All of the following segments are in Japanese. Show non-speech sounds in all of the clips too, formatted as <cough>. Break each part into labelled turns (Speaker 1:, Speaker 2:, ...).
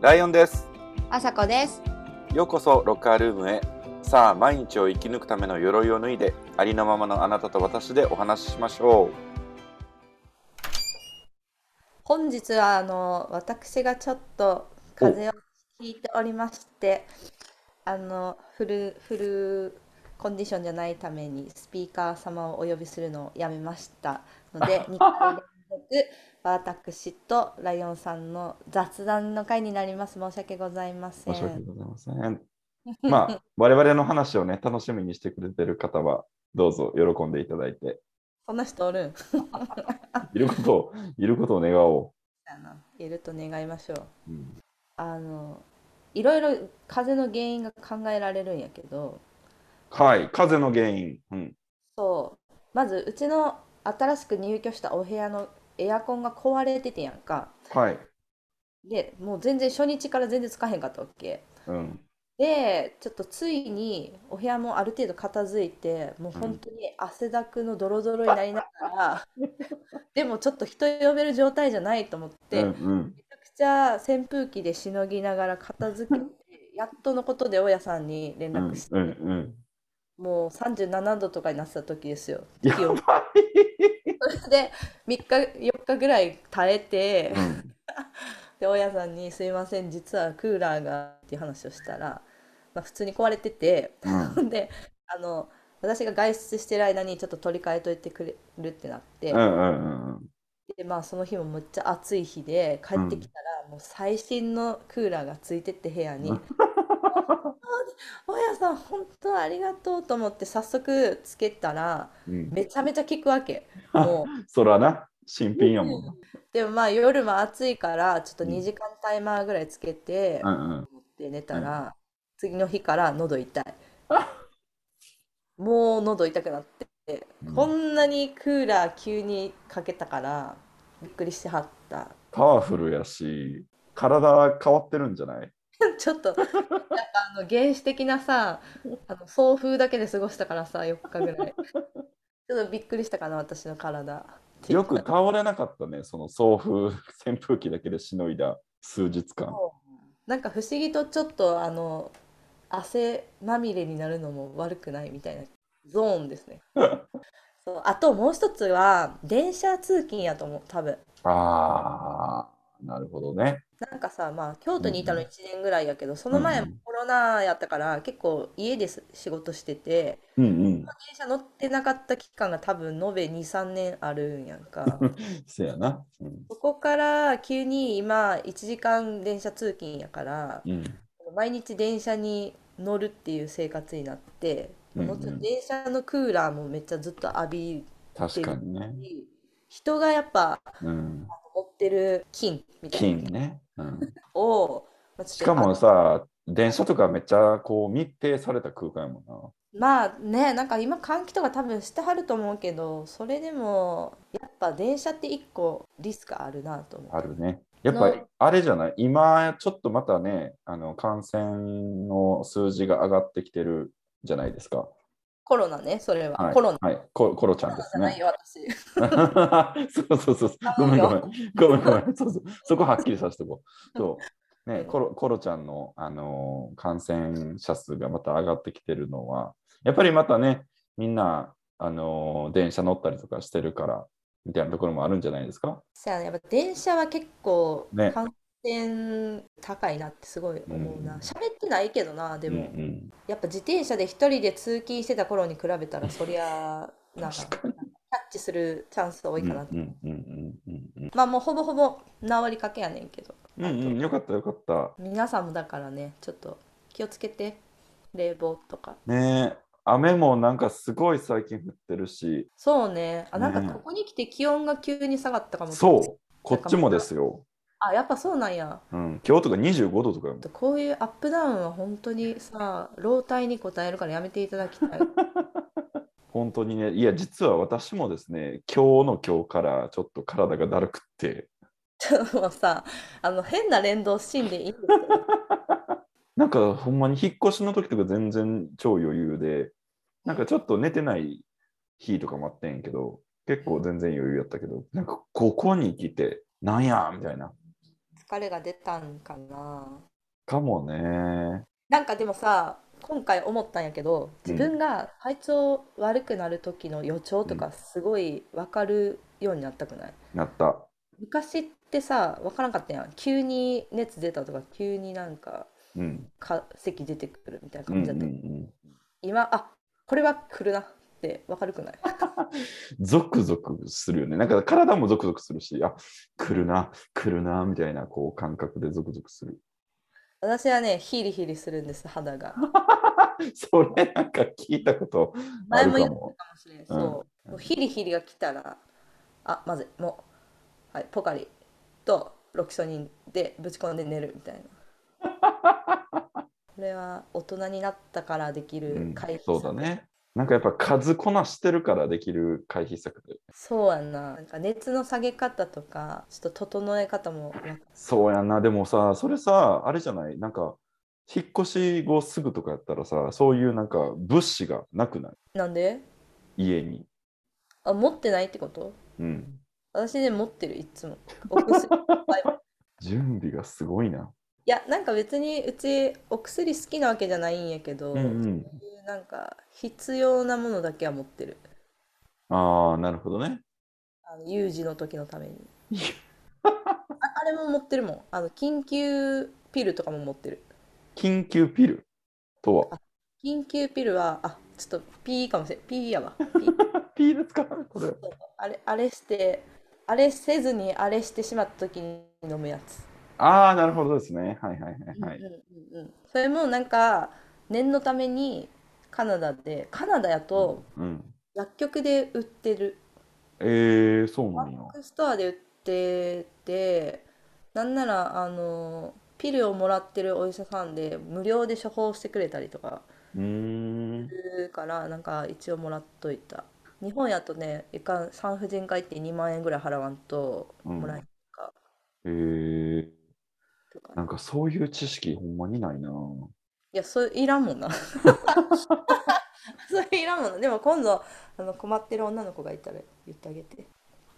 Speaker 1: ライオンです
Speaker 2: あさこです。
Speaker 1: ようこそロッカールームへさあ毎日を生き抜くための鎧を脱いでありのままのあなたと私でお話ししましょ
Speaker 2: 本日はあの私がちょっと風邪をひいておりまして、あのフルフルコンディションじゃないためにスピーカー様をお呼びするのをやめましたの <laughs> で、2回連続私とライオンさんの雑談の回になります。申し訳ございませ
Speaker 1: う申し訳
Speaker 2: ん。
Speaker 1: ございませんま
Speaker 2: <laughs>
Speaker 1: あ我々の話をね楽しみにしてくれてる方はどうぞ喜んでいただいて
Speaker 2: そんな人おるん
Speaker 1: いることをいることを願お
Speaker 2: あのいると願いましょ
Speaker 1: う、
Speaker 2: う。
Speaker 1: うん
Speaker 2: あのいろいろ風邪の原因が考えられるんやけど、
Speaker 1: はい風邪の原因、うん、
Speaker 2: そう、まずうちの新しく入居したお部屋のエアコンが壊れててやんか。
Speaker 1: はい、
Speaker 2: で、もう全然初日から全然つかへんかったわけ。
Speaker 1: うん、
Speaker 2: で、ちょっとついにお部屋もある程度片付いて、もう本当に汗だくのドロドロになりな
Speaker 1: <laughs>
Speaker 2: がら、でもちょっと人呼べる状態じゃないと思っ
Speaker 1: う
Speaker 2: て、
Speaker 1: んうん
Speaker 2: めちゃくちゃ扇風機でしのぎながら片付けて、やっとのことで大家さんに連
Speaker 1: うん
Speaker 2: 絡して、
Speaker 1: うんうん
Speaker 2: もう37度とかになってた時ですよ。
Speaker 1: や
Speaker 2: 気温
Speaker 1: ば
Speaker 2: それで3日4日ぐらい耐えて、
Speaker 1: い、うん
Speaker 2: で大家さんに「すいません実はクーラーが」っていう話をしたら、まあ、普通に壊れてて
Speaker 1: うん
Speaker 2: ほんであの私が外出してる間にちょっと取り替えといてくれるってなって、
Speaker 1: うんうんうん
Speaker 2: でまあその日もむっちゃ暑い日で帰ってきたらもう最新のクーラーがついてって部屋に
Speaker 1: <laughs> う
Speaker 2: 本当に大家さん本当ありがとうと思って早速つけたら
Speaker 1: うん
Speaker 2: めちゃめちゃ効くわけもう。
Speaker 1: そらな、新品やもんな。
Speaker 2: でもまあ夜も暑いからちょっと
Speaker 1: うん
Speaker 2: 2時間タイマーぐらいつけて
Speaker 1: うんうん。
Speaker 2: で寝たら、次の日から喉
Speaker 1: <laughs>
Speaker 2: 痛いもう喉痛くなって、
Speaker 1: うん
Speaker 2: こんなにクーラー急にかけたからびっくりしてはった <laughs>
Speaker 1: パワフルやし、体変わってるんじゃない
Speaker 2: ちょっとなんかあの原始的なさあの送風だけで過ごしたからさ4日ぐ
Speaker 1: <laughs>
Speaker 2: らいちょっとびっくりしたかな私の体
Speaker 1: よく倒れなかったね、その送風、 <laughs> 扇風機だけでしのいだ数日間。
Speaker 2: なんか不思議とちょっとあの汗まみれになるのも悪くないみたいなゾーン
Speaker 1: <laughs>
Speaker 2: ですね。そうあともう一つは電車通勤やと思う多分
Speaker 1: あー、なるほどね。
Speaker 2: なんかさまあ京都にいたの
Speaker 1: うん
Speaker 2: 1年ぐらいやけどその前
Speaker 1: うん
Speaker 2: もコロナやったから結構家です仕事してて
Speaker 1: うんうん。
Speaker 2: 電車乗ってなかった期間が多分延べ23年あるんや
Speaker 1: <laughs>
Speaker 2: んか
Speaker 1: せやな。うん。
Speaker 2: そこから急に今1時間電車通勤やから
Speaker 1: うん、
Speaker 2: 毎日電車に乗るっていう生活になって、
Speaker 1: うんうん
Speaker 2: もちろん電車のクーラーもめっちゃずっと浴び
Speaker 1: 確かにね。
Speaker 2: る人がやっぱ
Speaker 1: うん。
Speaker 2: 持ってる菌みたい
Speaker 1: 金
Speaker 2: なの
Speaker 1: ね。うん、
Speaker 2: を、まあちょっと
Speaker 1: しかもさ、電車とかめっちゃこう密閉された空間やもんな。
Speaker 2: あまあねなんか今換気とか多分してはると思うけどそれでもやっぱ電車って一個リスクあるなと思う
Speaker 1: あるね。やっぱり
Speaker 2: の
Speaker 1: あれじゃない今ちょっとまたねあの感染の数字が上がってきてるじゃないですか。
Speaker 2: コロナねそれは、
Speaker 1: はい、
Speaker 2: コロナ
Speaker 1: はい、ココロちゃんです
Speaker 2: じゃない
Speaker 1: ね。
Speaker 2: よ私
Speaker 1: <laughs> そうそうそうそう。ごめんご
Speaker 2: <laughs>
Speaker 1: めん。ごめんごめん。そうそうそこはっきりさせてこう。そうね、コロコロちゃんの、あのー感染者数がまた上がってきてるのは、やっぱりまたね、みんな、あのー電車乗ったりとかしてるから、みたいなところもあるんじゃないですか。
Speaker 2: そうやねやっぱ電車は結構
Speaker 1: ね
Speaker 2: 感染高いなってすごい思う
Speaker 1: う
Speaker 2: なん喋ってないけどなで
Speaker 1: うん
Speaker 2: も、
Speaker 1: うん、
Speaker 2: やっぱ自転車で一人で通勤してた頃に比べたらそりゃなんかキャ
Speaker 1: 確か
Speaker 2: ッチするチャンスが多いかなと、
Speaker 1: うんうんうんうんうん
Speaker 2: まあもうほぼほぼ治りかけやねんけど
Speaker 1: うんうん、よかったよかった。
Speaker 2: 皆さんもだからねちょっと気をつけて冷房とか
Speaker 1: ねえ、雨もなんかすごい最近降ってるし、
Speaker 2: そうねあなんか
Speaker 1: ね
Speaker 2: ここに来て気温が急に下がったかも
Speaker 1: そう、こっちもですよ。
Speaker 2: あやっぱそうなんや
Speaker 1: うん、今日とか25度とかよ。
Speaker 2: こういうアップダウンは本当にさ老体に応えるからやめていただ
Speaker 1: <laughs>
Speaker 2: きたい
Speaker 1: 本当にね、いや、実は私もですね、今日の今日からちょっと体がだるくって、
Speaker 2: ちょっともうさあの変な連動シーンでいいんですよ
Speaker 1: なんかほんまに引っ越しの時とか全然超余裕で、なんかちょっと寝てない日とかもあってんけど、結構全然余裕やったけど、なんかここに来て、なんやみたいな。
Speaker 2: 疲れが出たんかな。
Speaker 1: かもね。
Speaker 2: なんかでもさ、今回思ったんやけど、自分が体調悪くなる時の予兆とかすごい分かるようになったくない
Speaker 1: なった。
Speaker 2: 昔ってさ、分からんかったやん。急に熱出たとか、急になんか
Speaker 1: うん。
Speaker 2: か咳出てくるみたいな
Speaker 1: うん
Speaker 2: 感
Speaker 1: うん
Speaker 2: じ
Speaker 1: う
Speaker 2: だった。
Speaker 1: ん。
Speaker 2: 今、あ、これは来るなって分かるくない
Speaker 1: ゾクゾクするよね。なんか体もゾクゾクするし、あ来るな、来るな、みたいなこう感覚でゾクゾクする。
Speaker 2: 私はね、ヒリヒリするんです、肌が。
Speaker 1: <laughs> それなんか聞いたことあ
Speaker 2: 前
Speaker 1: る
Speaker 2: も
Speaker 1: か
Speaker 2: 言った
Speaker 1: も。
Speaker 2: かもしれない。
Speaker 1: うん
Speaker 2: そう。もうヒリヒリが来たら、あ、まずい、もう、はい、ポカリとロキソニンでぶち込んで寝るみ
Speaker 1: <laughs>
Speaker 2: たいな。これは大人になったからでき
Speaker 1: う
Speaker 2: る
Speaker 1: ん
Speaker 2: 回避、
Speaker 1: そうだ。ね。なんかやっぱ数こなしてるからできる回避策で。
Speaker 2: そうやな。なんか熱の下げ方とか、ちょっと整え方もわか、
Speaker 1: そうやんな。でもさ、それさ、あれじゃないなんか、引っ越し後すぐとかやったらさ、そういうなんか物資がなくない
Speaker 2: なんで
Speaker 1: 家に。
Speaker 2: あ、持ってないってこと
Speaker 1: うん。
Speaker 2: 私ね、持ってる、いつも。お薬
Speaker 1: <laughs> 準備がすごいな。
Speaker 2: いや、なんか別にうちお薬好きなわけじゃないんやけど、
Speaker 1: うんうん。
Speaker 2: なんか必要なものだけは持ってる。
Speaker 1: ああ、なるほどね。
Speaker 2: あの有事の時のた
Speaker 1: <laughs>
Speaker 2: めに。あ、あれも持ってるもん。あの緊急ピルとかも持ってる。
Speaker 1: 緊急ピルとは。
Speaker 2: 緊急ピルは、あ、ちょっとピーかもしれん。ピーやわ。ピー <laughs>
Speaker 1: ピール使うこれ。
Speaker 2: あれ、あれして、あれせずにあれしてしまった時に飲むやつ。
Speaker 1: ああ、なるほどですね。はいはいはい
Speaker 2: うんう
Speaker 1: はい。
Speaker 2: んうんうん。それもなんか念のためにカナダで、カナダやと
Speaker 1: うん。
Speaker 2: 薬局で売ってる。
Speaker 1: えー、そう
Speaker 2: ド
Speaker 1: な
Speaker 2: ラ
Speaker 1: んや
Speaker 2: ッ。グストアで売ってて、なんならあのピルをもらってるお医者さんで無料で処方してくれたりとか
Speaker 1: うーん。
Speaker 2: するからなんか一応もらっといた。日本やとね、いかん産婦人科行って2万円ぐらい払わんと
Speaker 1: うん
Speaker 2: もらえんか
Speaker 1: えー、
Speaker 2: とか。
Speaker 1: なんかそういう知識ほんまにないな。
Speaker 2: いや、それいらんもんな。それいらんもんな。でも今度あの困ってる女の子がいたら言ってあげて。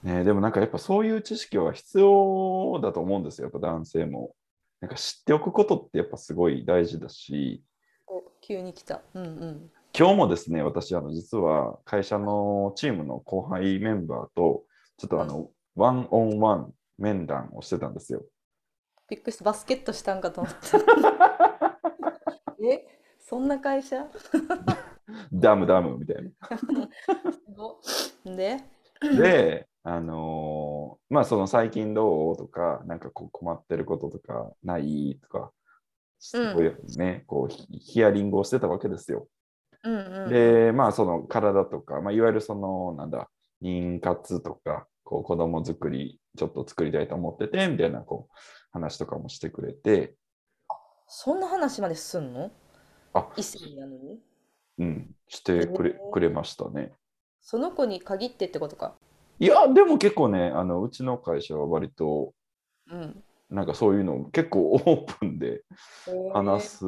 Speaker 1: ねえ、でもなんかやっぱそういう知識は必要だと思うんですよ、やっぱ男性も。なんか知っておくことってやっぱすごい大事だし、
Speaker 2: お、急に来た。うんうん。
Speaker 1: 今日もですね、私、あの実は会社のチームの後輩メンバーと、ちょっとあの、ワンオンワン面談をしてたんですよ。
Speaker 2: びっくりした。バスケットしたんかと思った。 <laughs> え、そんな会社
Speaker 1: ダムダムみたいな。
Speaker 2: で、
Speaker 1: で、あのーまあその最近どうとか、なんかこう困ってることとかないとか、
Speaker 2: うん
Speaker 1: そういうね、こうヒヒアリングをしてたわけですよ。
Speaker 2: うんうん、
Speaker 1: で、まあその体とか、まあ、いわゆるそのなんだ、妊活とか、こう子供作り、ちょっと作りたいと思ってて、みたいなこう話とかもしてくれて、
Speaker 2: そんな話まですんの
Speaker 1: あ
Speaker 2: 異性なのに
Speaker 1: うん、してく
Speaker 2: へ
Speaker 1: れ
Speaker 2: ー
Speaker 1: くれましたね。
Speaker 2: その子に限ってってことか。
Speaker 1: いや、でも結構ね、あのうちの会社は割と、
Speaker 2: うん。
Speaker 1: なんかそういうの結構 <laughs> オープンで
Speaker 2: へー
Speaker 1: 話す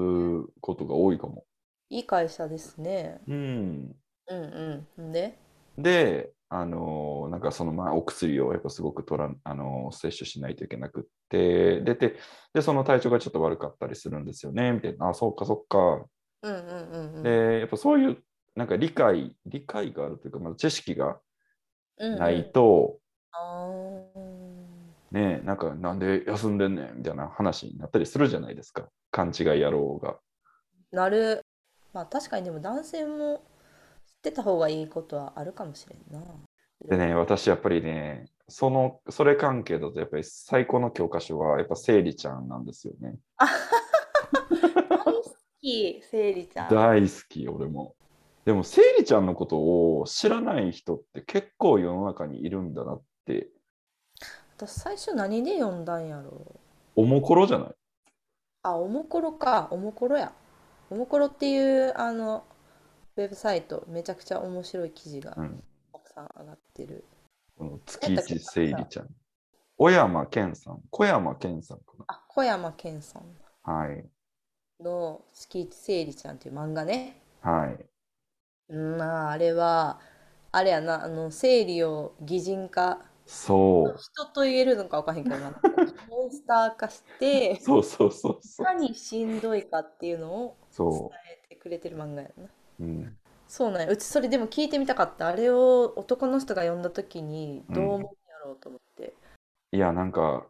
Speaker 1: ことが多いかも。
Speaker 2: いい会社ですね。
Speaker 1: うん、
Speaker 2: うんうん。で、
Speaker 1: で、あのーなんかそのまあお薬をやっぱすごく取らん、あのー摂取しないといけなくってでででその体調がちょっと悪かったりするんですよねみたいなあそうかそうか
Speaker 2: うんうんうんうん。
Speaker 1: でやっぱそういうなんか理解理解があるというか、まあ、知識が
Speaker 2: うんうん、
Speaker 1: ないと、
Speaker 2: あ
Speaker 1: ねなんかなんで休んでんねんみたいな話になったりするじゃないですか勘違い野郎が。
Speaker 2: ーなる。まあ確かにでも男性も知ってた方がいいことはあるかもしれんな。
Speaker 1: でね、私やっぱりね、その、それ関係だとやっぱり最高の教科書はやっぱ生理ちゃんなんですよね。
Speaker 2: 大好き、生理ちゃん。
Speaker 1: 大好き、俺も。でも生理ちゃんのことを知らない人って結構世の中にいるんだなって、
Speaker 2: 私最初何で読んだんやろう。
Speaker 1: おもころじゃない
Speaker 2: あ、おもころか、おもころや。おもころっていう、あの、ウェブサイト、めちゃくちゃ面白い記事が
Speaker 1: うん
Speaker 2: たくさん上がってる。
Speaker 1: この月一生理ちゃん。小山健さん、小山健さんか
Speaker 2: あ、小山健さん
Speaker 1: な。はい。
Speaker 2: の「月一生理ちゃん」っていう漫画ね。
Speaker 1: はい。
Speaker 2: うん、まあ、あれは、あれやな、あの、生理を擬人化
Speaker 1: そう。
Speaker 2: 人と言えるのか分からへんけどなんかモンスター化して
Speaker 1: そうそうそう
Speaker 2: い
Speaker 1: そう
Speaker 2: か。にしんどいかっていうのを伝
Speaker 1: そ
Speaker 2: えてくれてる漫画やな
Speaker 1: う。うん。
Speaker 2: そうなんやうちそれでも聞いてみたかったあれを男の人が読んだ時にどう思うんやろうと思って、
Speaker 1: いや、なんか、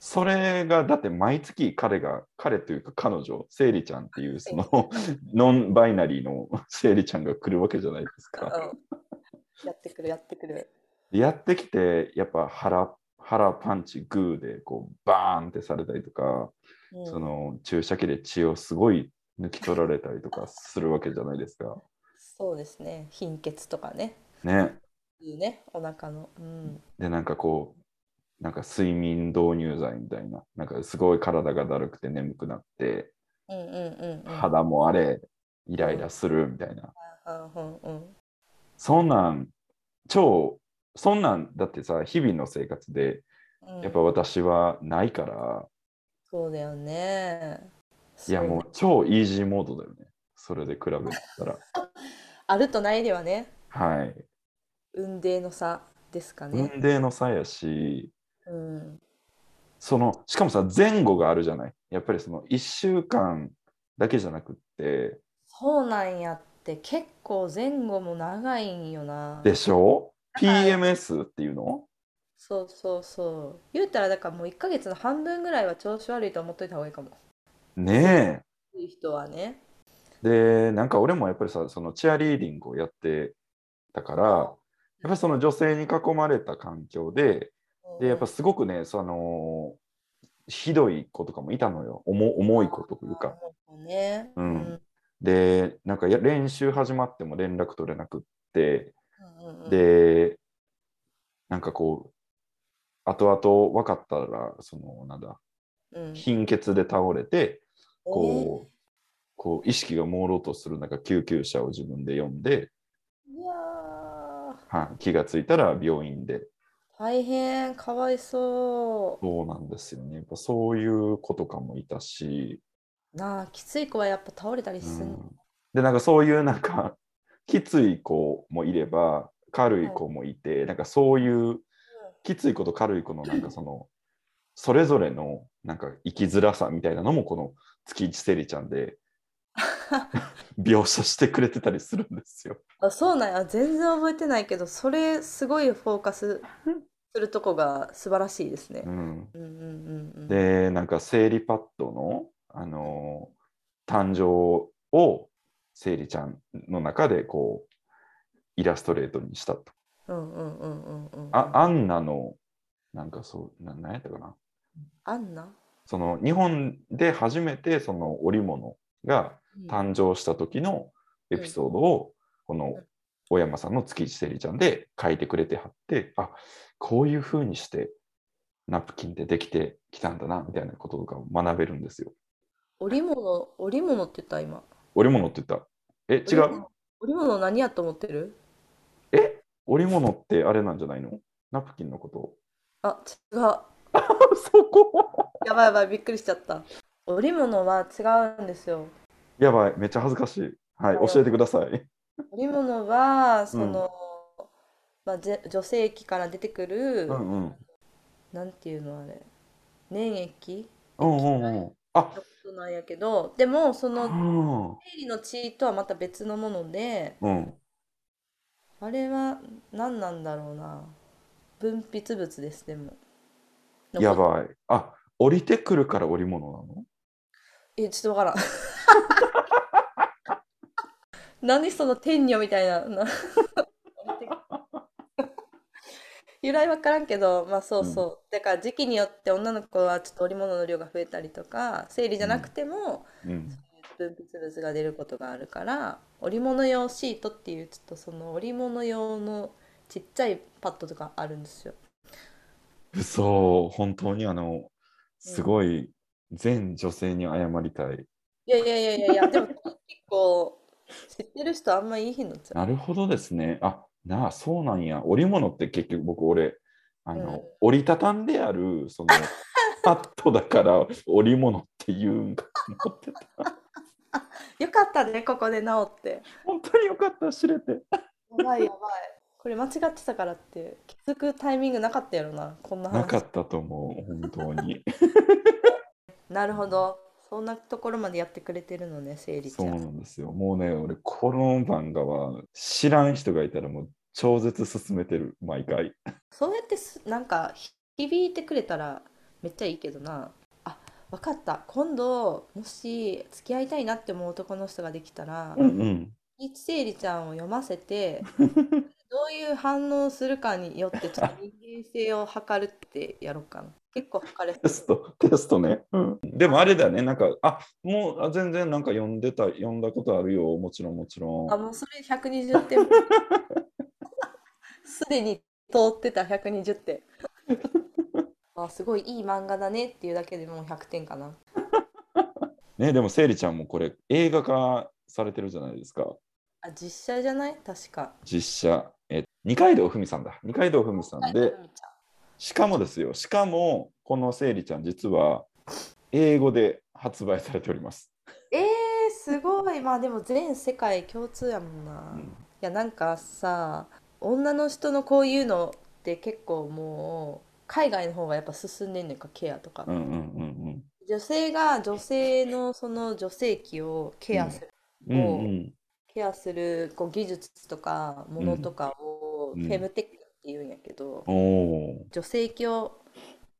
Speaker 1: それが、だって毎月彼が、彼というか彼女、セイリちゃんっていう、その、ノンバイナリーのセイリちゃんが来るわけじゃないですか。
Speaker 2: うんやってくるやってくる
Speaker 1: やってきて、やっぱ腹、腹パンチ、グーで、こう、バーンってされたりとか、
Speaker 2: うん
Speaker 1: その、注射器で血をすごい抜き取られたりとかするわけじゃないですか。
Speaker 2: そうですね貧血とかね
Speaker 1: ね。
Speaker 2: いいねお腹のうん
Speaker 1: で、なんかこう、なんか睡眠導入剤みたいな、なんかすごい体がだるくて眠くなって、
Speaker 2: うんうんうんうん
Speaker 1: 肌も荒れ、イライラするみたいな。
Speaker 2: うんうん
Speaker 1: そんなん、超、そんなんだってさ、日々の生活で、
Speaker 2: うん
Speaker 1: やっぱ私はないから、
Speaker 2: そうだよね
Speaker 1: いや
Speaker 2: そう
Speaker 1: もう超イージーモードだよね。それで比べた
Speaker 2: <laughs>
Speaker 1: ら。
Speaker 2: あるとないではね
Speaker 1: はい。
Speaker 2: 運命の差ですかね
Speaker 1: 運命の差やし、
Speaker 2: うん
Speaker 1: その、しかもさ、前後があるじゃない。やっぱりその、1週間だけじゃなくって、
Speaker 2: そうなんやって結構前後も長いんよな
Speaker 1: でしょ
Speaker 2: ら
Speaker 1: ?PMS っていうの
Speaker 2: そうそうそう言うたらだからもう1ヶ月の半分ぐらいは調子悪いと思っといた方がいいかも
Speaker 1: ねえ。
Speaker 2: いい人はね
Speaker 1: でなんか俺もやっぱりさそのチアリーディングをやってたからやっぱりその女性に囲まれた環境ででやっぱすごくねそのひどい子とかもいたのよ重重い子というか。
Speaker 2: うんね
Speaker 1: うんでなんかや練習始まっても連絡取れなくって
Speaker 2: うんうん
Speaker 1: でなんかこう後々分かったらそのなんだ
Speaker 2: うん
Speaker 1: 貧血で倒れて
Speaker 2: えー
Speaker 1: こうこう意識が朦朧とする中救急車を自分で呼んで。
Speaker 2: いやー
Speaker 1: はい、気がついたら病院で。
Speaker 2: 大変かわいそ
Speaker 1: そうなんですよね。やっぱそういう子とかもいたし、
Speaker 2: うなあきつい子はやっぱ倒れたりす
Speaker 1: うんんで、なんかそういうなんか、 <laughs> きつい子もいれば、軽い子もいて、なんかそういう、きつい子と軽い子のなんかその、それぞれのなんか生きづらさみたいなのも、この月一セリちゃんで描写してくれてたりするんですよ。
Speaker 2: あそうなんや全然覚えてないけどそれすごいフォーカスするとこが素晴らしいですね
Speaker 1: うん、
Speaker 2: うんうんうんうん
Speaker 1: で、なんか生理パッドの、あのー誕生を生理ちゃんの中でこうイラストレートにしたと。
Speaker 2: うんうんうんうんうん
Speaker 1: あアンナのなんかそうななんやったかな。
Speaker 2: あんな
Speaker 1: その日本で初めてその織物が誕生した時のエピソードをこの小山さんの月一生理ちゃんで書いてくれてはってあこういう風にしてナプキンってできてきたんだなみたいなこととかを学べるんですよ。
Speaker 2: 織物織物って言った今
Speaker 1: 織物って言った。え、違う。
Speaker 2: 織物何やと思ってる
Speaker 1: え、織物ってあれなんじゃないのナプキンのこと。
Speaker 2: あ違うや
Speaker 1: <laughs> そこ
Speaker 2: ばいやばいびっくりしちゃった織物は違うんですよ
Speaker 1: やばい、めっちゃ恥ずかしい。はい、
Speaker 2: はい
Speaker 1: 教えてください。
Speaker 2: 織物はその、まあ、ぜ女性器から出てくる、
Speaker 1: うんうん。
Speaker 2: なんていうのあれ粘液
Speaker 1: うんうんうん。あ、
Speaker 2: のことなんやけどでもそうの
Speaker 1: ん。
Speaker 2: 生理の血とはまた別のもので
Speaker 1: うん。
Speaker 2: あれは何なんだろうな分泌物ですでも
Speaker 1: やばい。あ、降りてくるから織物なの
Speaker 2: えちょっ <laughs> とわからん何その天女みたいな <laughs> な由来分からんけどまあそうそう、だから時期によって女の子はちょっと織物の量が増えたりとか生理じゃなくても
Speaker 1: うん。
Speaker 2: 分泌物が出ることがあるから織物用シートっていうちょっとその織物用のちっちゃいパッドとかあるんですよ。
Speaker 1: 嘘、本当にあの、すごい、全女性に謝りたい。
Speaker 2: いやいやいやいやいやでも結構知ってる人あんまいいひんのちゃう
Speaker 1: なるほどですね。あ、なあ、そうなんや。織物って結局僕、俺、あの、
Speaker 2: うん
Speaker 1: 折りたたんである、 <laughs> その、パッドだから織物って言うんかと思ってた。
Speaker 2: よかったねここで治って。
Speaker 1: 本当によかった、知れて。
Speaker 2: やばいやばい。これ間違ってたからって気づくタイミングなかったやろな、こんな
Speaker 1: な
Speaker 2: 話。
Speaker 1: かったと思う、本 <laughs> 当に。
Speaker 2: なるほど。そんなところまでやってくれてるのね、生理ち
Speaker 1: そ
Speaker 2: ゃ。
Speaker 1: うんなんですよ。もうね、俺、この漫画は知らん人がいたらもう超絶進めてる、毎回。
Speaker 2: そうやってすなんかひ響いてくれたらめっちゃいいけどなあわかった今度もし付き合いたいなって思う男の人ができたら
Speaker 1: うん
Speaker 2: 一生理ちゃんを読ま
Speaker 1: <laughs>
Speaker 2: せてどういう反応するかによってちょっと人間性を測るってやろうかな結構測れ
Speaker 1: テスト、テストね。うん、でもあれだね、なんか、あもうあ全然なんか読んでた、読んだことあるよ、もちろんもちろん。
Speaker 2: あもうそれ120点 <laughs> すでに通ってた120点 <laughs> あすごいいい漫画だねっていうだけでもう100点かな
Speaker 1: ね、でも、せいりちゃんもこれ、映画化されてるじゃないですか、
Speaker 2: あ実写じゃない確か
Speaker 1: 実写。え二階堂ふみさんだ。二階堂ふみさんで、しかもですよ、しかも、このせいりちゃん、実は、英語で発売されております。
Speaker 2: えー、すごいまあでも全世界共通やもんな、
Speaker 1: うん
Speaker 2: いやなんかさ女の人のこういうのって結構もう海外の方がやっぱ進んでんねんかケアとか、
Speaker 1: うんうんうん
Speaker 2: 女性が女性のその女性器をケアする、
Speaker 1: うん。うんうん
Speaker 2: ケアするこう技術とかものとかを
Speaker 1: うん
Speaker 2: フェムテックって言うんやけど、
Speaker 1: おお。
Speaker 2: 女性器を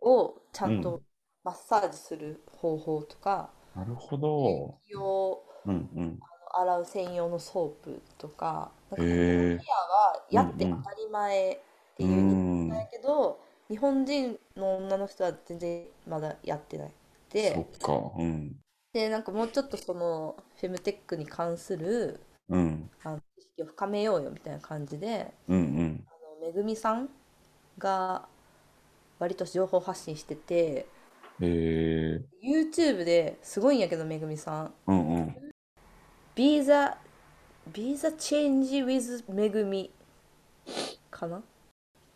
Speaker 2: をちゃん
Speaker 1: う
Speaker 2: とマッサージする方法とか、
Speaker 1: なるほど。
Speaker 2: 性器を
Speaker 1: うんうん。
Speaker 2: 洗う専用のソープとか、なんか
Speaker 1: へえ
Speaker 2: ケアはやって当たり前って
Speaker 1: う
Speaker 2: いう認
Speaker 1: ん
Speaker 2: 識なんやけど、日本人の女の人は全然まだやってない。
Speaker 1: そ
Speaker 2: で、
Speaker 1: っか。うん。
Speaker 2: で、なんかもうちょっとそのフェムテックに関する
Speaker 1: うん。
Speaker 2: あの知識を深めようよみたいな感じで、
Speaker 1: うんうん。
Speaker 2: あのめぐみさんが割と情報発信して
Speaker 1: へ
Speaker 2: て、
Speaker 1: え
Speaker 2: YouTube ですごいんやけど、めぐみさん。
Speaker 1: うんうん。
Speaker 2: ビーザ、ビーザチェンジ with めぐみかな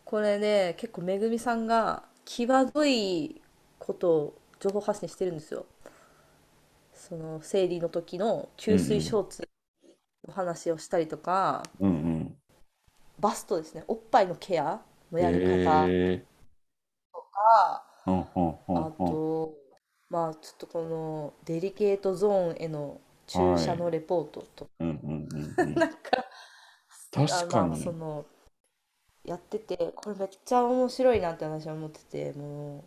Speaker 2: これね、結構めぐみさんが際どいことを情報発信してるんですよ。その生理の時の吸水ショーツの話をしたりとか、
Speaker 1: うんうん。
Speaker 2: バストですね、おっぱいのケアのやり方とか、
Speaker 1: えー。うんうんう
Speaker 2: あ
Speaker 1: んうん。
Speaker 2: と、まあちょっとこのデリケートゾーンへの注射のレポートとか、
Speaker 1: うんうんうんうん。
Speaker 2: <laughs> なんか
Speaker 1: 確か
Speaker 2: あまあ、そ
Speaker 1: に。
Speaker 2: のやっててこれめっちゃ面白いなって私は思っててもう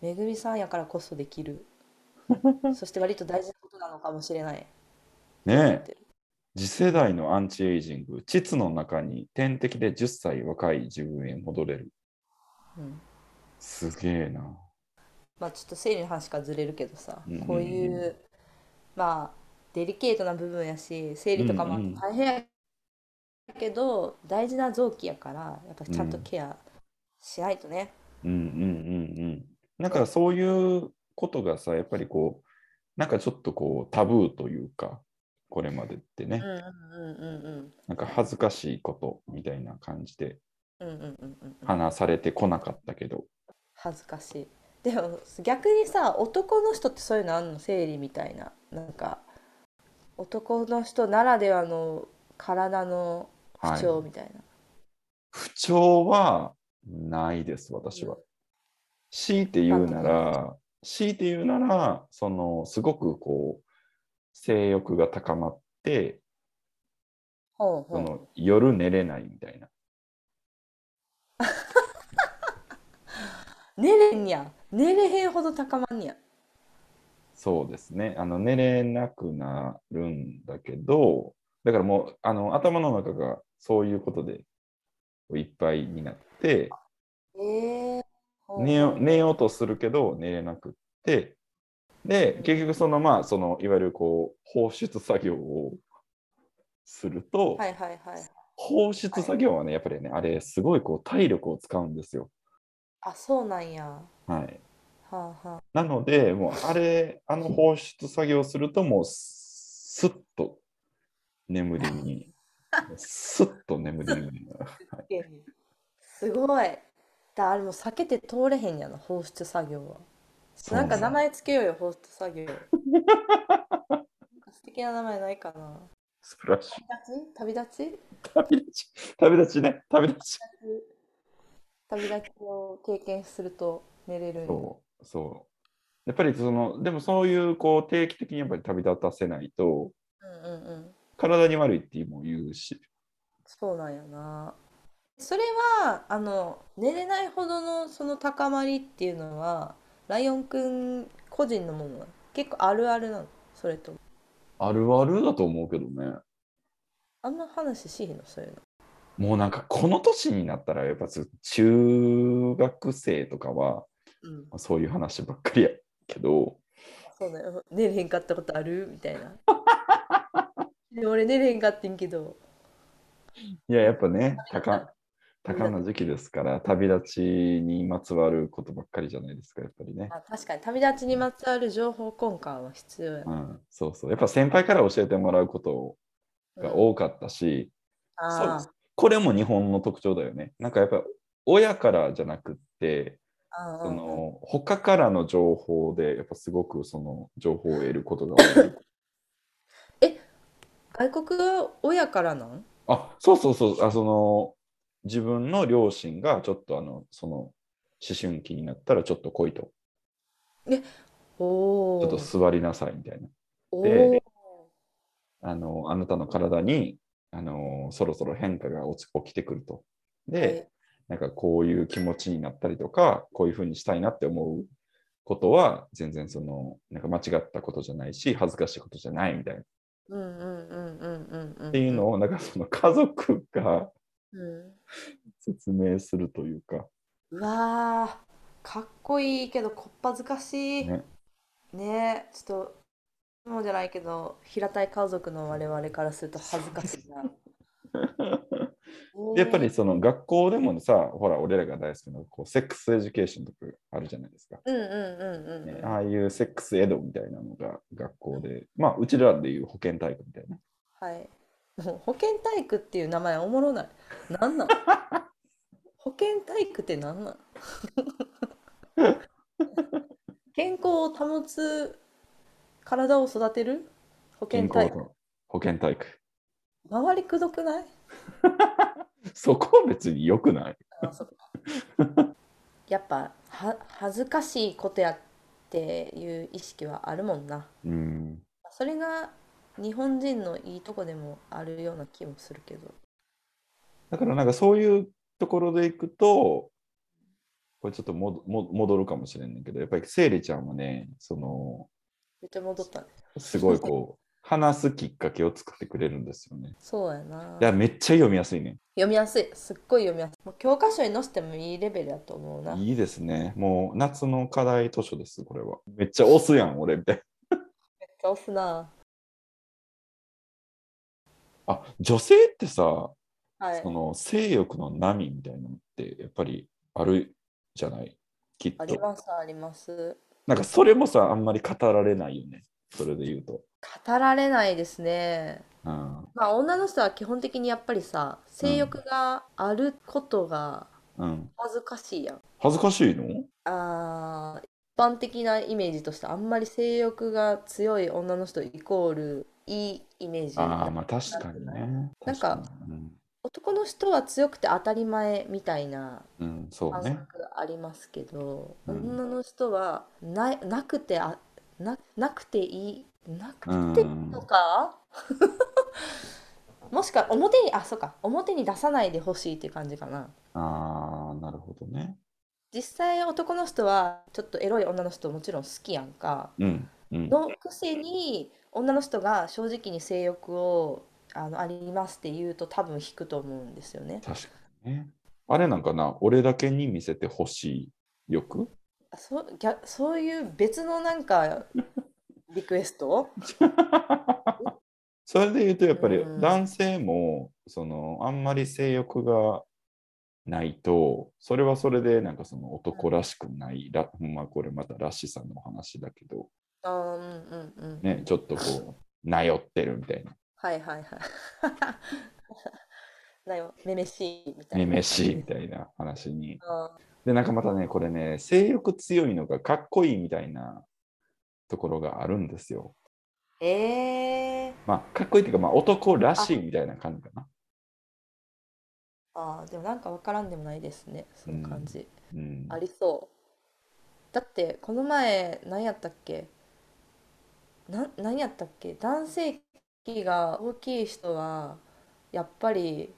Speaker 2: めぐみさんやからこそでき
Speaker 1: <laughs>
Speaker 2: るそして割と大事なことなのかもしれない
Speaker 1: ね
Speaker 2: っ
Speaker 1: え
Speaker 2: て。
Speaker 1: 次世代のアンチエイジング、膣の中に点滴で10歳若い自分へ戻れる。
Speaker 2: うん、
Speaker 1: すげえな。
Speaker 2: まあちょっと生理の話からずれるけどさ、
Speaker 1: うんうんうん
Speaker 2: こういうまあデリケートな部分やし生理とかも
Speaker 1: うんうん
Speaker 2: 大変やけど、大事な臓器やからやっぱちゃんと
Speaker 1: うん
Speaker 2: ケアしないとね、
Speaker 1: うんうんうんうん。なんかそういうことがさ、やっぱりこう、なんかちょっとこうタブーというか、これまでってね
Speaker 2: うん、、うんうんうん
Speaker 1: なんか恥ずかしいことみたいな感じで
Speaker 2: うんうんうんうんうん
Speaker 1: 話されてこなかったけど、
Speaker 2: 恥ずかしいでも逆にさ男の人ってそういうのあんの生理みたいななんか男の人ならではの体の
Speaker 1: はい
Speaker 2: 不調みたいな、
Speaker 1: 不調はないです、私は。強いて言うなら、強いて言うなら、その、すごくこう、性欲が高まって、
Speaker 2: ほうほ
Speaker 1: そうの夜寝れないみたいな。
Speaker 2: 寝れんや寝れへんほど高まんや
Speaker 1: そうですね。あの寝れなくなるんだけど、だからもうあの頭の中がそういうことでいっぱいになって
Speaker 2: ええ
Speaker 1: 寝よ、寝ようとするけど寝れなくって、で、結局そのまあ、そのいわゆるこう放出作業をすると、
Speaker 2: はいはいはい
Speaker 1: 放出作業はね、やっぱりね、あれすごいこう体力を使うんですよ。
Speaker 2: あそうなんやは
Speaker 1: はい。
Speaker 2: あは
Speaker 1: なので、もうあれ、あの放出作業すると、もうすすっと眠り
Speaker 2: <laughs>
Speaker 1: に、すっと眠りに。
Speaker 2: あすごいだあれもう避けて通れへんやな放出作業は
Speaker 1: そう
Speaker 2: なんか名
Speaker 1: の
Speaker 2: 前つけようよ、ホスト作業。なんか素敵な名前ないかな。
Speaker 1: スプラッシュ。
Speaker 2: 旅立ち旅立ち
Speaker 1: 旅立ち、旅立ちね、旅立ち。
Speaker 2: 旅立ちを経験すると寝れる。
Speaker 1: そう、そう。やっぱりその、でもそういう、こう、定期的にやっぱり旅立たせないと、
Speaker 2: うんうんうん。
Speaker 1: 体に悪いっても言うし、
Speaker 2: そうなんやな。それは、あの、寝れないほどのその高まりっていうのは、ライオンくん個人のものなの結構あるあるなのそれとも。
Speaker 1: あるあるだと思うけどね。
Speaker 2: あんな話しひんのそういうの。
Speaker 1: もうなんか、この年になったら、やっぱそう中学生とかは、
Speaker 2: うん。
Speaker 1: そういう話ばっかりやけど、
Speaker 2: そうだよ。寝れへんかったことあるみた <laughs> いな。で俺寝れへんかってんけど。
Speaker 1: いや、やっぱね、高、高な時期ですから、旅立ちにまつわることばっかりじゃないですか、やっぱりね。
Speaker 2: あ、確かに旅立ちにまつわる情報交換は必要や
Speaker 1: う
Speaker 2: な。
Speaker 1: ん、そうそう。やっぱ先輩から教えてもらうこと
Speaker 2: うん
Speaker 1: が多かったし、
Speaker 2: あ
Speaker 1: そうこれも日本の特徴だよね。なんかやっぱ親からじゃなくって、
Speaker 2: あ、
Speaker 1: そ
Speaker 2: うんうんうん
Speaker 1: の他からの情報で、やっぱすごくその情報を得ることが多い。
Speaker 2: 外国は親からなん
Speaker 1: あ、そうそうそう。あ、その自分の両親がちょっとあの、その思春期になったらちょっと来いと、
Speaker 2: お
Speaker 1: ちょっと座りなさいみたいな。
Speaker 2: お
Speaker 1: で
Speaker 2: ー
Speaker 1: あの、あなたの体に、あの、そろそろ変化が起き起きてくると。で、なんかこういう気持ちになったりとか、こういうふうにしたいなって思うことは、全然その、なんか間違ったことじゃないし、恥ずかしいことじゃないみたいな。っ
Speaker 2: うんうんうんうんうんうん。って
Speaker 1: いうのを、なんかその家族が <laughs>
Speaker 2: うん。
Speaker 1: 説明するという <laughs> か、
Speaker 2: うわあ、かっこいいけどこっぱずかしい。
Speaker 1: ね
Speaker 2: ねえ、ちょっと、もうじゃないけど、平たい家族の我々からすると恥ずかしい <laughs> な。
Speaker 1: やっぱり
Speaker 2: えー
Speaker 1: その学校でもさ、ほら、俺らが大好きな、こう、セックスエデュケーションとかあるじゃないですか。
Speaker 2: うんうんうんうん
Speaker 1: ね
Speaker 2: う
Speaker 1: あ
Speaker 2: ん。
Speaker 1: あいうセックスエドみたいなのが学校で、まあ、うちらでいう保健体育みたいな。
Speaker 2: はい。もう保健体育っていう名前おもろない。なん <laughs> なん保健体育ってなんなん <laughs> 健康を保つ体を育てる保
Speaker 1: 健
Speaker 2: 健体
Speaker 1: 康
Speaker 2: 育。
Speaker 1: と保健体育。
Speaker 2: 周りくどくない
Speaker 1: そこは別に良くない
Speaker 2: あそっか <laughs> やっぱは恥ずかしいことやっていう意識はあるもんな。
Speaker 1: うん。
Speaker 2: それが日本人のいいとこでもあるような気もするけど。
Speaker 1: だからなんかそういうところでいくと、これちょっともども戻るかもしれんねんけど、やっぱりセイレちゃんはね、その、
Speaker 2: めっちゃ戻ったね。
Speaker 1: すごいこ
Speaker 2: <laughs>
Speaker 1: う、話すきっかけを作ってくれるんですよね。
Speaker 2: そうやな。
Speaker 1: いや、めっちゃ読みやすいね。
Speaker 2: 読みやすい。すっごい読みやすい。もう教科書に載せてもいいレベルだと思うな。
Speaker 1: いいですね。もう夏の課題図書です、これは。めっちゃ押すやん、俺みたいな。
Speaker 2: 押すな。
Speaker 1: あ、女性ってさ、
Speaker 2: はい
Speaker 1: そ。の性欲の波みたいなのって、やっぱりあるじゃないきっ
Speaker 2: あり
Speaker 1: と。
Speaker 2: ますあります。
Speaker 1: なんかそれもさ、あんまり語られないよね。それで言うと。
Speaker 2: 語られないですね。
Speaker 1: うん。
Speaker 2: まあ女の人は基本的にやっぱりさ、性欲があることが
Speaker 1: うん、
Speaker 2: 恥ずかしいやん。
Speaker 1: 恥ずかしいの
Speaker 2: あー一般的なイメージとしてあんまり性欲が強い女の人イコールいいイメージ
Speaker 1: ああ、まあ確かにね。
Speaker 2: なんか
Speaker 1: 確に、
Speaker 2: 男の人は強くて当たり前みたいな
Speaker 1: うん、うん、そう
Speaker 2: 感
Speaker 1: ね。
Speaker 2: 覚がありますけど、
Speaker 1: うん
Speaker 2: 女の人はな、なくてあな、なくていいなくていいのか <laughs> もしか表にあそうか表に出さないでほしいっていう感じかな
Speaker 1: ああ、なるほどね。
Speaker 2: 実際男の人はちょっとエロい女の人もちろん好きやんか
Speaker 1: うん、うん。
Speaker 2: のくせに女の人が正直に性欲をあのありますって言うと多分引くと思うんですよね。
Speaker 1: 確かにね。あれなんかな、俺だけに見せてほしい欲
Speaker 2: あそ逆そういう別のなんかリクエスト <laughs>
Speaker 1: それで言うと、やっぱり
Speaker 2: うん
Speaker 1: 男性も、その、あんまり性欲がないと、それはそれで、なんかその男らしくない、らまあこれまたらしさの話だけど、
Speaker 2: あーうんうんうん。
Speaker 1: ね、ちょっとこ <laughs> う、なよってるみたいな。
Speaker 2: はいはい <laughs> はい。だよ、めめしいみたい
Speaker 1: め
Speaker 2: な。
Speaker 1: めしいみたいな話に。
Speaker 2: あ
Speaker 1: で、なんかまたね、これね、性欲強いのがかっこいいみたいなところがあるんですよ。
Speaker 2: ーええ
Speaker 1: まあ、かっこいいっていうか、まあ、男らしいみたいな感じかな。
Speaker 2: ああ、でもなんかわからんでもないですね、その感じ。
Speaker 1: うん
Speaker 2: ありそう。だって、この前、何やったっけなん、何やったっけ男性器が大きい人は、やっぱり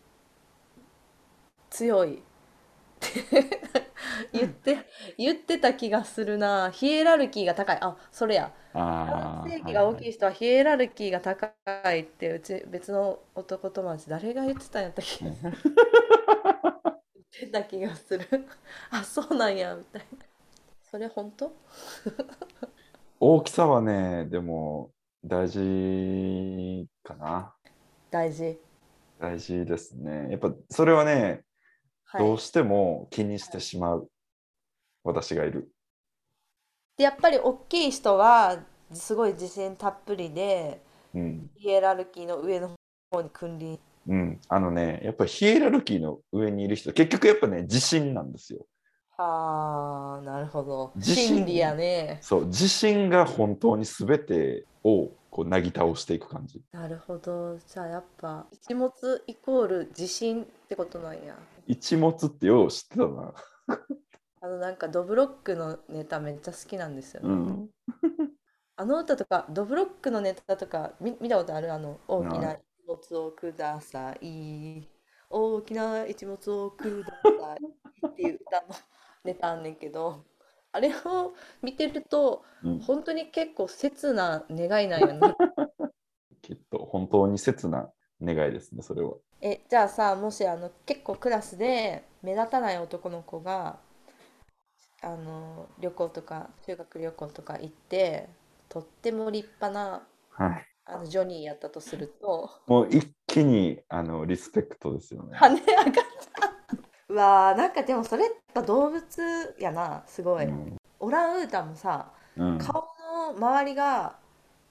Speaker 2: 強い。言って、言ってた気がするな。ヒエラルキーが高い。あ、それや。男
Speaker 1: ああ、
Speaker 2: 性
Speaker 1: は
Speaker 2: 器
Speaker 1: い
Speaker 2: が大
Speaker 1: は
Speaker 2: き
Speaker 1: い。
Speaker 2: い人はヒエラルキーが高いってうち別の男友達誰が言ってたんやったっけ
Speaker 1: う
Speaker 2: 言
Speaker 1: ん
Speaker 2: ってた気がする <laughs> あそうなんやみたいなそれ本当
Speaker 1: 大きさはね、でも大事かな。
Speaker 2: 大事
Speaker 1: 大事ですね。やっぱそれはね、
Speaker 2: は
Speaker 1: ど
Speaker 2: いう
Speaker 1: しても気にしてしまう私がいる。
Speaker 2: でやっぱり大きい人はすごい自信たっぷりで
Speaker 1: うん。
Speaker 2: ヒエラルキーの上の方に君臨
Speaker 1: うん。あのね、やっぱりヒエラルキーの上にいる人、結局やっぱね、自信なんですよ。
Speaker 2: はあなるほど
Speaker 1: 自
Speaker 2: 真理や
Speaker 1: 信、
Speaker 2: ね
Speaker 1: そう、自信が本当に全てをこうなぎ倒していく感じ。
Speaker 2: なるほどじゃあやっぱ一物イコール自信ってことなんや
Speaker 1: 一物ってよう知ってたな。
Speaker 2: あのなんかドブロックのネタめっちゃ好きなんですよ
Speaker 1: う
Speaker 2: ね。
Speaker 1: ん。
Speaker 2: あの歌とかドブロックのネタとか見、見たことあるあの大き
Speaker 1: な
Speaker 2: な
Speaker 1: あ
Speaker 2: 一物をください。大きな一物をくださいっていう歌のネタあんねんけど、あれを見てると
Speaker 1: うん。
Speaker 2: 本当に結構切な願いなんやな。
Speaker 1: きっと本当に切な願いですね、それは。
Speaker 2: え、じゃあさ、もしあの結構クラスで目立たない男の子があの旅行とか修学旅行とか行ってとっても立派な
Speaker 1: はい。
Speaker 2: あのジョニーやったとすると
Speaker 1: もう一気にあのリスペクトですよね。
Speaker 2: 跳ね上がった <laughs> うわーなんかでもそれやっぱ動物やなすご
Speaker 1: う
Speaker 2: い
Speaker 1: ん。
Speaker 2: オランウータンもさ
Speaker 1: うん。
Speaker 2: 顔の周りが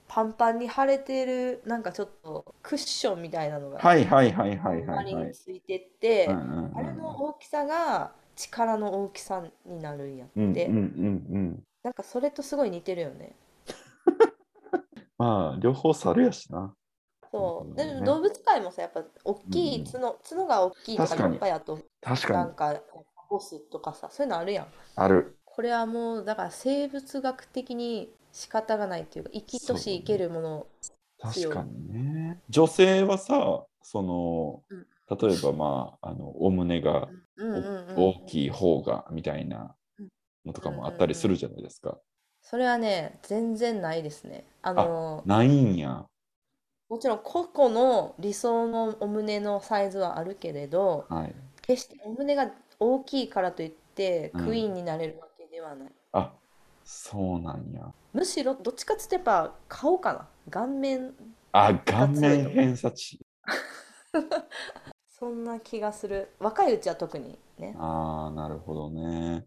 Speaker 2: パンパンに腫れてるなんかちょっとクッションみたいなのが
Speaker 1: はいはいはいはいはい
Speaker 2: 周り
Speaker 1: は
Speaker 2: に
Speaker 1: い。
Speaker 2: ついてっ
Speaker 1: う
Speaker 2: て
Speaker 1: んうん
Speaker 2: あ
Speaker 1: う
Speaker 2: れ
Speaker 1: ん
Speaker 2: の大きさが力の大きさになるんやっ
Speaker 1: うんうん
Speaker 2: て
Speaker 1: うんうん。
Speaker 2: なんかそれとすごい似てるよね
Speaker 1: まあ、両方猿やしな。本当
Speaker 2: そう、でも
Speaker 1: にね。
Speaker 2: 動物界もさ、やっぱ大
Speaker 1: うんう
Speaker 2: きい
Speaker 1: ん。
Speaker 2: 角、角が大きいと
Speaker 1: 確
Speaker 2: か
Speaker 1: か
Speaker 2: 立
Speaker 1: に、
Speaker 2: 派やと、
Speaker 1: 確か
Speaker 2: な
Speaker 1: に。
Speaker 2: んかボスとかさ、そういうのあるやん。
Speaker 1: ある。
Speaker 2: これはもう、だから生物学的に仕方がないっていうか、生きと
Speaker 1: そう
Speaker 2: し生
Speaker 1: だ
Speaker 2: け
Speaker 1: ね。
Speaker 2: るもの
Speaker 1: 確
Speaker 2: 強
Speaker 1: か
Speaker 2: い。
Speaker 1: にね。女性はさ、その、
Speaker 2: うん、
Speaker 1: 例えばまあ、あのお胸が
Speaker 2: うん
Speaker 1: お
Speaker 2: うんうん
Speaker 1: 大きい方がみたいな
Speaker 2: うん
Speaker 1: のと
Speaker 2: う
Speaker 1: か
Speaker 2: んうん
Speaker 1: もあ
Speaker 2: う
Speaker 1: ったり
Speaker 2: んう
Speaker 1: す
Speaker 2: ん。
Speaker 1: るじゃないですか。
Speaker 2: それはね、全然ないですね。あ
Speaker 1: あ、
Speaker 2: の、
Speaker 1: ないんや。
Speaker 2: もちろん個々の理想のお胸のサイズはあるけれど、
Speaker 1: はい。
Speaker 2: 決してお胸が大きいからといって
Speaker 1: う
Speaker 2: クイー
Speaker 1: ん。
Speaker 2: ンになれるわけではない。
Speaker 1: あ、そうなんや。
Speaker 2: むしろどっちかっつってやっぱ顔かな顔面
Speaker 1: あ、
Speaker 2: が
Speaker 1: 顔
Speaker 2: 強い
Speaker 1: 面
Speaker 2: と思う
Speaker 1: 偏差値。
Speaker 2: そんな気がする若いうちは特にね
Speaker 1: ああ、なるほどね。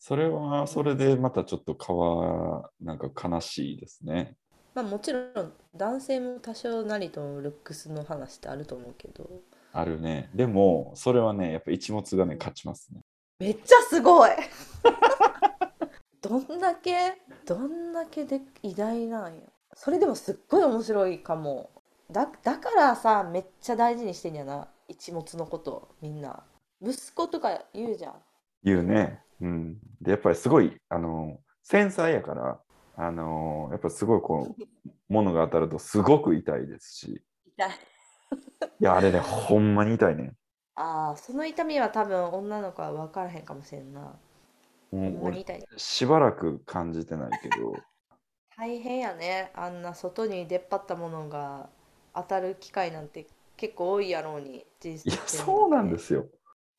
Speaker 1: それは
Speaker 2: う
Speaker 1: それ
Speaker 2: ん
Speaker 1: でまたちょっとかわ、なんか悲しいですね。
Speaker 2: まあもちろん男性も多少なりともルックスの話ってあると思うけど、
Speaker 1: あるね。でも、それはね、やっぱ一物が
Speaker 2: う
Speaker 1: ね、
Speaker 2: ん
Speaker 1: 勝ちますね。
Speaker 2: めっちゃすごいどんだけどんだけで偉大なんやそれでもすっごい面白いかもだ、だからさめっちゃ大事にしてんやな一物のことみんな息子とか言うじゃん
Speaker 1: 言う
Speaker 2: みんな
Speaker 1: ね。うん。で、やっぱりすごい、あの、繊細やから、あの、やっぱすごいこ
Speaker 2: <laughs>
Speaker 1: う、物が当たるとすごく痛いですし、
Speaker 2: 痛い
Speaker 1: いや、あれね、ほんまに痛いね。
Speaker 2: ああ、その痛みは多分女の子は分からへんかもしれんな。
Speaker 1: も
Speaker 2: ほ
Speaker 1: うん
Speaker 2: ま
Speaker 1: 俺、
Speaker 2: に痛い。
Speaker 1: しばらく感じてないけ
Speaker 2: <laughs>
Speaker 1: ど、
Speaker 2: 大変やね。あんな外に出っ張ったものが当たる機会なんて結構多いやろうに、人
Speaker 1: いや、
Speaker 2: 生の
Speaker 1: そう
Speaker 2: 中
Speaker 1: なんで
Speaker 2: で。
Speaker 1: すよ。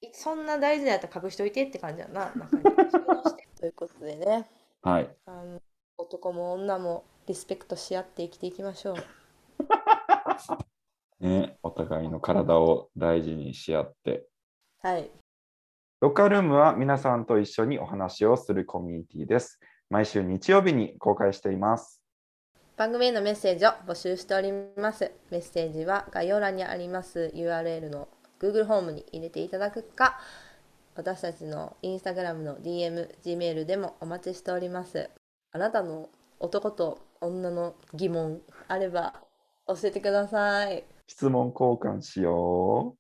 Speaker 2: いそんな大事なやったら隠しといてって感じや <laughs> な、中に収納して。ということでね、
Speaker 1: はい。
Speaker 2: あの、男も女もリスペクトし合って生きていきましょう。
Speaker 1: ね、お互いの体を大事にし合って。
Speaker 2: はい。
Speaker 1: ロッカールームは皆さんと一緒にお話をするコミュニティです。毎週日曜日に公開しています。
Speaker 2: 番組へのメッセージを募集しております。メッセージは概要欄にあります URL の Google ホームに入れていただくか、私たちの Instagram の DM、Gmail でもお待ちしております。あなたの男と女の疑問あれば教えてください。
Speaker 1: 質問交換しよ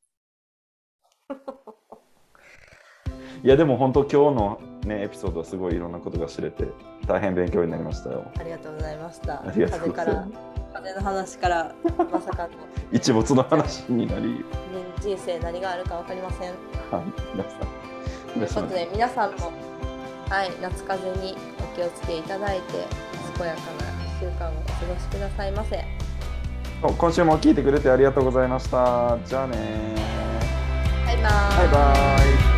Speaker 2: <laughs>
Speaker 1: う。いやでも本当今日のねエピソードはすごいいろんなことが知れて大変勉強になりましたよ。
Speaker 2: ありがとうございました。
Speaker 1: ありがとうござい
Speaker 2: 風
Speaker 1: ます
Speaker 2: か。ら風の話からまさかの、ね、
Speaker 1: 一没の話になり、
Speaker 2: 人生何があるかわかりません。
Speaker 1: はい、皆さん。
Speaker 2: ということで皆さんもはい夏風邪にお気をつけいただいて健やかな1週間をお過ごしくださいませ。
Speaker 1: 今週も聞いてくれてありがとうございました。じゃあね
Speaker 2: バイバーイ。
Speaker 1: バイバイ。